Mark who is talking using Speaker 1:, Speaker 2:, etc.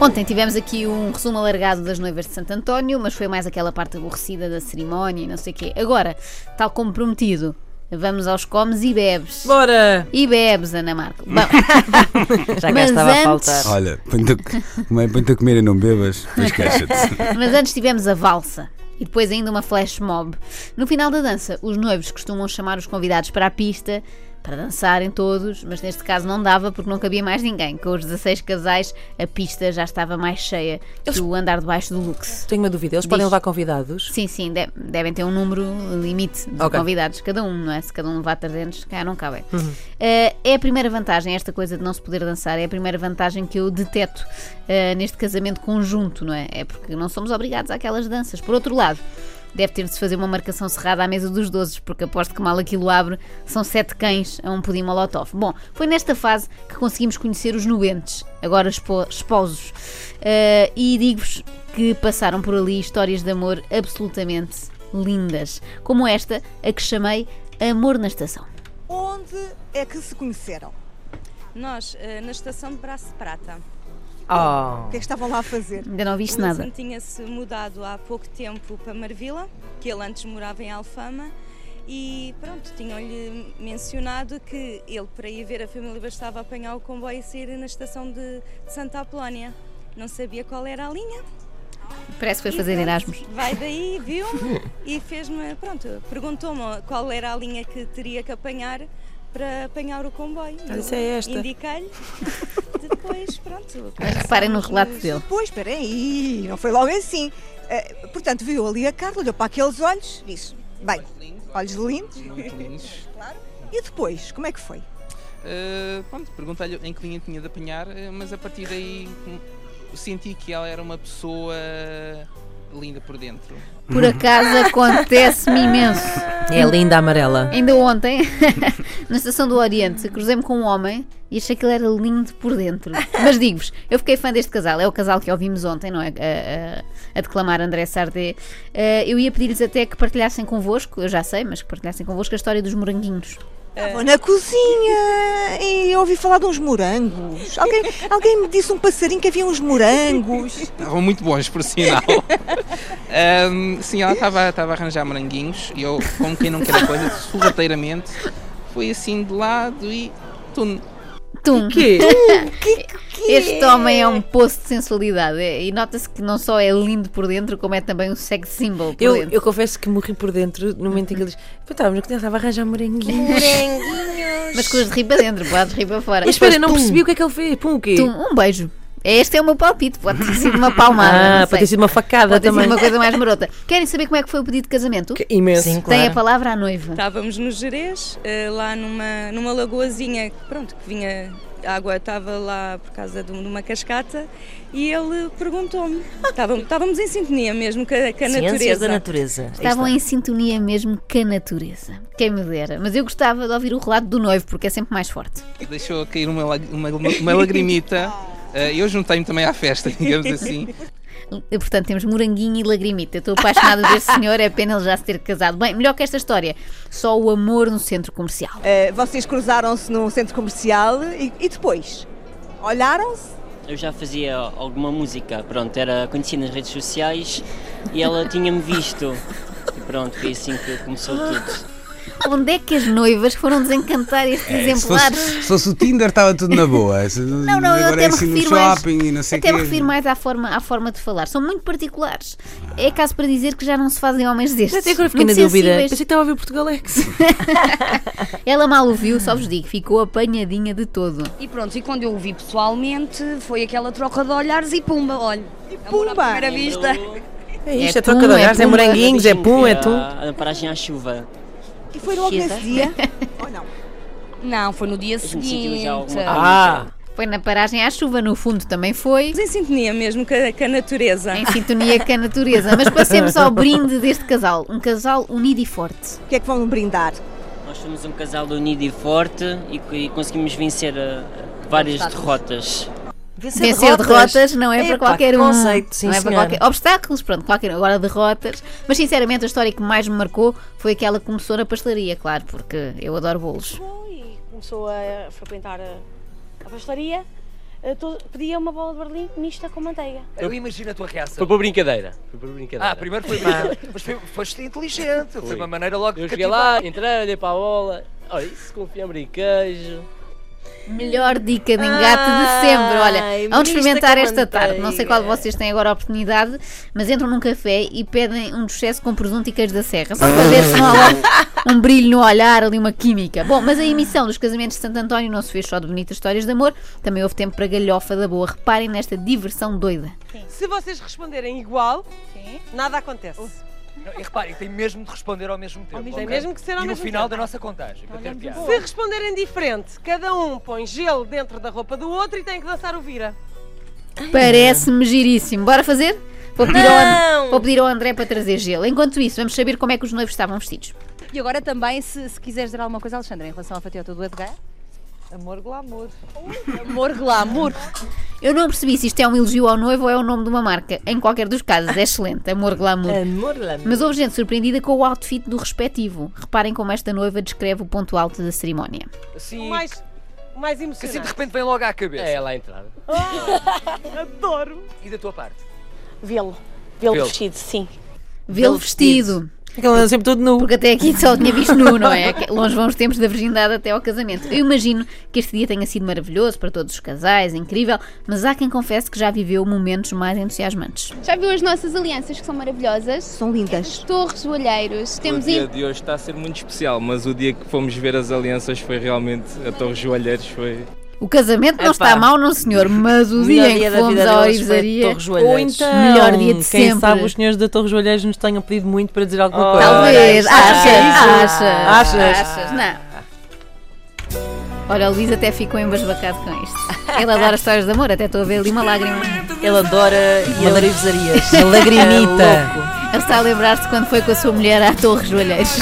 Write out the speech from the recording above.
Speaker 1: Ontem tivemos aqui um resumo alargado das noivas de Santo António, mas foi mais aquela parte aborrecida da cerimónia e não sei o quê. Agora, tal como prometido, vamos aos comes e bebes.
Speaker 2: Bora!
Speaker 1: E bebes, Ana Marco. Bom,
Speaker 3: Já cá
Speaker 1: Mas
Speaker 3: estava a
Speaker 1: antes-
Speaker 3: faltar.
Speaker 4: Olha, põe-te a, mãe, põe-te a comer e não bebas, depois queixa-te.
Speaker 1: mas antes tivemos a valsa. E depois ainda uma flash mob. No final da dança, os noivos costumam chamar os convidados para a pista para dançarem todos, mas neste caso não dava porque não cabia mais ninguém. Com os 16 casais, a pista já estava mais cheia que o andar debaixo do luxo.
Speaker 2: Tenho uma dúvida, eles podem
Speaker 1: Diz.
Speaker 2: levar convidados?
Speaker 1: Sim, sim, de- devem ter um número limite de
Speaker 2: Ok.
Speaker 1: convidados, cada um, não é? Se cada um levar 300, cá não cabe. Eh, é a primeira vantagem, esta coisa de não se poder dançar, é a primeira vantagem que eu deteto eh, neste casamento conjunto, não é? É porque não somos obrigados àquelas danças. Por outro lado, deve ter de se fazer uma marcação cerrada à mesa dos dozes, porque aposto que mal aquilo abre, são sete cães a um pudim molotov. Bom, foi nesta fase que conseguimos conhecer os nuentes, agora espo- esposos. Eh, e digo-vos que passaram por ali histórias de amor absolutamente lindas, como esta a que chamei Amor na Estação.
Speaker 5: Onde é que se conheceram?
Speaker 6: Nós, eh, na estação de Braço de Prata,
Speaker 5: O
Speaker 3: Oh.
Speaker 5: que é que estavam lá a fazer?
Speaker 1: Ainda não
Speaker 6: o
Speaker 1: viste
Speaker 6: Wilson
Speaker 1: nada.
Speaker 6: tinha-se mudado há pouco tempo para Marvila, que ele antes morava em Alfama, e pronto, tinham-lhe mencionado que ele, para ir ver a família, bastava apanhar o comboio e sair na estação de, de Santa Apolónia. Não sabia qual era a linha.
Speaker 1: Parece que foi
Speaker 6: E
Speaker 1: fazer
Speaker 6: pronto,
Speaker 1: Erasmus.
Speaker 6: Vai daí, viu-me e fez-me, pronto, perguntou-me qual era a linha que teria que apanhar para apanhar o comboio.
Speaker 2: Ah, isso
Speaker 6: Eu
Speaker 2: é esta.
Speaker 6: Indiquei-lhe. Depois, pronto.
Speaker 1: Mas reparem no
Speaker 6: começámos
Speaker 1: relato
Speaker 6: nos-
Speaker 1: dele.
Speaker 5: Pois, espera aí, não foi logo assim. Eh, portanto, viu ali a Carla, olhou para aqueles olhos, disse, bem, olhos lindos.
Speaker 7: Muito lindos.
Speaker 5: E depois, como é que foi?
Speaker 7: Ah, pronto, perguntei-lhe em que linha tinha de apanhar, eh, mas a partir daí hum, senti que ela era uma pessoa linda por dentro.
Speaker 1: Por acaso acontece-me imenso.
Speaker 2: É linda amarela.
Speaker 1: Ainda ontem, na estação do Oriente, cruzei-me com um homem e achei que ele era lindo por dentro. Mas digo-vos, eu fiquei fã deste casal. É o casal que ouvimos ontem, não é? A, a- a declamar André Sardé. Eh, eu ia pedir-lhes até que partilhassem convosco, eu já sei, mas que partilhassem convosco a história dos moranguinhos.
Speaker 5: Estavam na cozinha e eu ouvi falar de uns morangos. Alguém, alguém me disse um passarinho que havia uns morangos.
Speaker 7: Estavam muito bons, por sinal. Ahm, sim, ela estava estava a arranjar moranguinhos e eu, como quem não quer a coisa, sorrateiramente, fui assim de lado e tum.
Speaker 1: Tum!
Speaker 2: Que?
Speaker 1: Este homem é um poço de sensualidade é- e nota-se que não só é lindo por dentro, como é também um sex symbol por
Speaker 2: Eu,
Speaker 1: dentro.
Speaker 2: eu confesso que morri por dentro no momento em que ele diz: Pô, estávamos no que estava a arranjar moranguinhos.
Speaker 1: É. Mas coisas de rir para dentro, podes rir para fora.
Speaker 2: E espera, eu não
Speaker 1: Pum,
Speaker 2: percebi o que é que ele fez. Pum, o quê?
Speaker 1: tum, um beijo. Este é o meu palpite, pode ter sido uma palmada.
Speaker 2: Ah,
Speaker 1: não
Speaker 2: pode
Speaker 1: sei.
Speaker 2: ter sido uma facada
Speaker 1: Pode ter sido
Speaker 2: também.
Speaker 1: uma coisa mais marota. Querem saber como é que foi o pedido de casamento?
Speaker 2: Que Tá, Imenso.
Speaker 3: Sim,
Speaker 1: Tem a
Speaker 3: claro.
Speaker 1: palavra à noiva.
Speaker 6: Estávamos no Jerez, eh, lá numa, numa lagoazinha, que, pronto, que vinha, a água estava lá por causa de um- de uma cascata, e ele perguntou-me. Estávamos, estávamos em sintonia mesmo com a, com a
Speaker 3: Ciências da
Speaker 6: natureza.
Speaker 3: natureza. Aí
Speaker 1: Estavam
Speaker 3: está.
Speaker 1: em sintonia mesmo com a natureza. Quem me dera. Mas eu gostava de ouvir o relato do noivo, porque é sempre mais forte.
Speaker 7: Deixou cair uma, lag- uma, uma, uma lagrimita. Ah, eu juntei-me também à festa, digamos assim.
Speaker 1: E, Portanto, temos moranguinho e lagrimita. Eu Estou apaixonada por este senhor, é pena ele já se ter casado. Bem, melhor que esta história. Só o amor no centro comercial.
Speaker 5: Eh, vocês cruzaram-se num centro comercial e, e depois? Olharam-se?
Speaker 8: Eu já fazia alguma música, pronto, era conhecida nas redes sociais e ela tinha-me visto. E pronto, foi assim que começou tudo.
Speaker 1: Onde é que as noivas foram desencantar estes
Speaker 4: É, Se fosse,
Speaker 1: exemplares?
Speaker 4: se fosse o Tinder, estava tudo na boa. Se-
Speaker 1: Ah, Não, não, eu
Speaker 4: agora
Speaker 1: até
Speaker 4: é
Speaker 1: me
Speaker 4: assim no
Speaker 1: refiro
Speaker 4: shopping
Speaker 1: mais,
Speaker 4: e não sei
Speaker 1: até
Speaker 4: quê.
Speaker 1: me refiro mais à forma, à forma de falar. São muito particulares. É caso para dizer que já não se fazem homens destes.
Speaker 2: Até agora fiquei na
Speaker 1: Muito
Speaker 2: dúvida.
Speaker 1: sensíveis.
Speaker 2: Pensei que estava a ver Portugalex.
Speaker 1: Ela mal ouviu, só vos digo, ficou apanhadinha de todo.
Speaker 9: E pronto, e quando eu o vi pessoalmente, foi aquela troca de olhares e pumba, olha. E
Speaker 5: pumba!
Speaker 9: à primeira vista.
Speaker 2: É isto,
Speaker 1: É
Speaker 2: é, troca
Speaker 1: pum,
Speaker 2: de
Speaker 1: é
Speaker 2: olhares, é,
Speaker 1: pum,
Speaker 2: moranguinhos, é pum, é tum.
Speaker 8: A, a paragem à chuva.
Speaker 5: E foi logo nesse dia? Ou não?
Speaker 9: Não, foi no dia
Speaker 8: gente sentiu
Speaker 9: seguinte.
Speaker 8: já alguma
Speaker 2: Ah,
Speaker 1: Foi na paragem à chuva, no fundo também foi.
Speaker 6: Estávamos em sintonia mesmo com a, com a natureza.
Speaker 1: Em sintonia com a natureza. Mas passemos ao brinde deste casal. Um casal unido e forte.
Speaker 5: O que é que vão brindar?
Speaker 8: Nós fomos um casal unido e forte e, co- e conseguimos vencer eh, várias derrotas.
Speaker 1: Vencer derrotas, não é para
Speaker 3: Epá,
Speaker 1: qualquer
Speaker 3: que
Speaker 1: um.
Speaker 3: Conceito, sim,
Speaker 1: não é para
Speaker 3: senhora.
Speaker 1: qualquer... Obstáculos, pronto, qualquer um. Agora derrotas. Mas sinceramente a história que mais me marcou foi aquela que começou na pastelaria, claro, porque eu adoro bolos.
Speaker 10: e começou a frequentar a, a pastelaria eh, to- pedia uma bola de Berlim mista com manteiga.
Speaker 11: Eu imagino a tua reação.
Speaker 12: Foi por brincadeira. Foi por brincadeira.
Speaker 11: Ah, primeiro foi má, mas foi- foste inteligente. Foi
Speaker 12: Fui.
Speaker 11: uma maneira logo tipo, de
Speaker 12: Eu cheguei lá, entrei, olhei para tipo a bola. Olha, isso com fiambre e queijo.
Speaker 1: Melhor dica de engate de sempre.
Speaker 10: Ai,
Speaker 1: Olha, vamos
Speaker 10: mista
Speaker 1: experimentar
Speaker 10: com
Speaker 1: esta tarde. Não sei
Speaker 10: manteiga.
Speaker 1: qual de vocês tem agora a oportunidade, mas entram num café e pedem um excesso com presunto e queijo da serra. Só para ver se não há logo um brilho no olhar, ali uma química. Bom, mas a emissão dos casamentos de Santo António não se fez só de bonitas histórias de amor, também houve tempo para galhofa da boa. Reparem nesta diversão doida.
Speaker 13: Se vocês responderem igual, nada acontece.
Speaker 11: Não, E reparem, tem mesmo de responder ao mesmo tempo.
Speaker 13: mesmo tempo. Tem
Speaker 11: ok?
Speaker 13: Oh, é mesmo que ser ao
Speaker 11: E no
Speaker 13: mesmo
Speaker 11: final
Speaker 13: tempo.
Speaker 11: da nossa contagem, para ter piada.
Speaker 13: Se responderem diferente, cada um põe gelo dentro da roupa do outro e tem que dançar o vira.
Speaker 1: Parece-me giríssimo. Bora fazer? Vou pedir, ao
Speaker 13: Não!
Speaker 1: And- Vou pedir ao André para trazer gelo. Enquanto isso, vamos saber como é que os noivos estavam vestidos.
Speaker 14: E agora também, se, se quiseres dizer alguma coisa, Alexandra, em relação à fatiota do Edgar?
Speaker 13: Amor glamour.
Speaker 14: Amor glamour.
Speaker 1: Eu não percebi se isto é um elogio ao noivo ou é o nome de uma marca. Em qualquer dos casos, é excelente. Amor glamour.
Speaker 2: Amor glamour.
Speaker 1: Mas houve gente surpreendida com o outfit do respectivo. Reparem como esta noiva descreve o ponto alto da cerimónia.
Speaker 11: Assim,
Speaker 13: O mais, o mais
Speaker 11: que assim de
Speaker 13: emocionante. Ah,
Speaker 11: repente vem logo à cabeça. É, lá à entrada.
Speaker 13: Adoro.
Speaker 11: E da tua parte?
Speaker 10: Vê-lo. Vê-lo
Speaker 11: Vê-lo.
Speaker 10: vestido, sim.
Speaker 1: Vê-lo vestido.
Speaker 2: Aquele anda sempre todo nu.
Speaker 1: Porque até aqui só o tinha visto nu, não é? Que Longe vão os tempos da virgindade até ao casamento. Eu imagino que este dia tenha sido maravilhoso para todos os casais, incrível, mas há quem confesse que já viveu momentos mais entusiasmantes.
Speaker 15: Já viu as nossas alianças que são maravilhosas? São lindas. As torres, joalheiros. Temos
Speaker 16: o dia
Speaker 15: in-
Speaker 16: de hoje está a ser muito especial, mas o dia que fomos ver as alianças foi realmente a Torre Joalheiros foi.
Speaker 1: O casamento não está mau, não senhor, mas o dia em que fomos à orivesaria,
Speaker 2: Ou então,
Speaker 1: melhor dia de
Speaker 2: quem
Speaker 1: sempre.
Speaker 2: sabe os senhores da Torre Joalheiros nos tenham pedido muito para dizer alguma coisa.
Speaker 1: Talvez, achas, é
Speaker 2: Achas?
Speaker 1: achas,
Speaker 2: Achas?
Speaker 1: achas, não. Olha, o Luís até ficou embasbacado com isto. Ele adora histórias de amor, até estou a ver ali uma lágrima.
Speaker 2: Ele adora
Speaker 1: E ele-
Speaker 2: madrivesarias. A lagrimita.
Speaker 1: Ele está a lembrar-se quando foi com a sua mulher à Torre Joalheiros.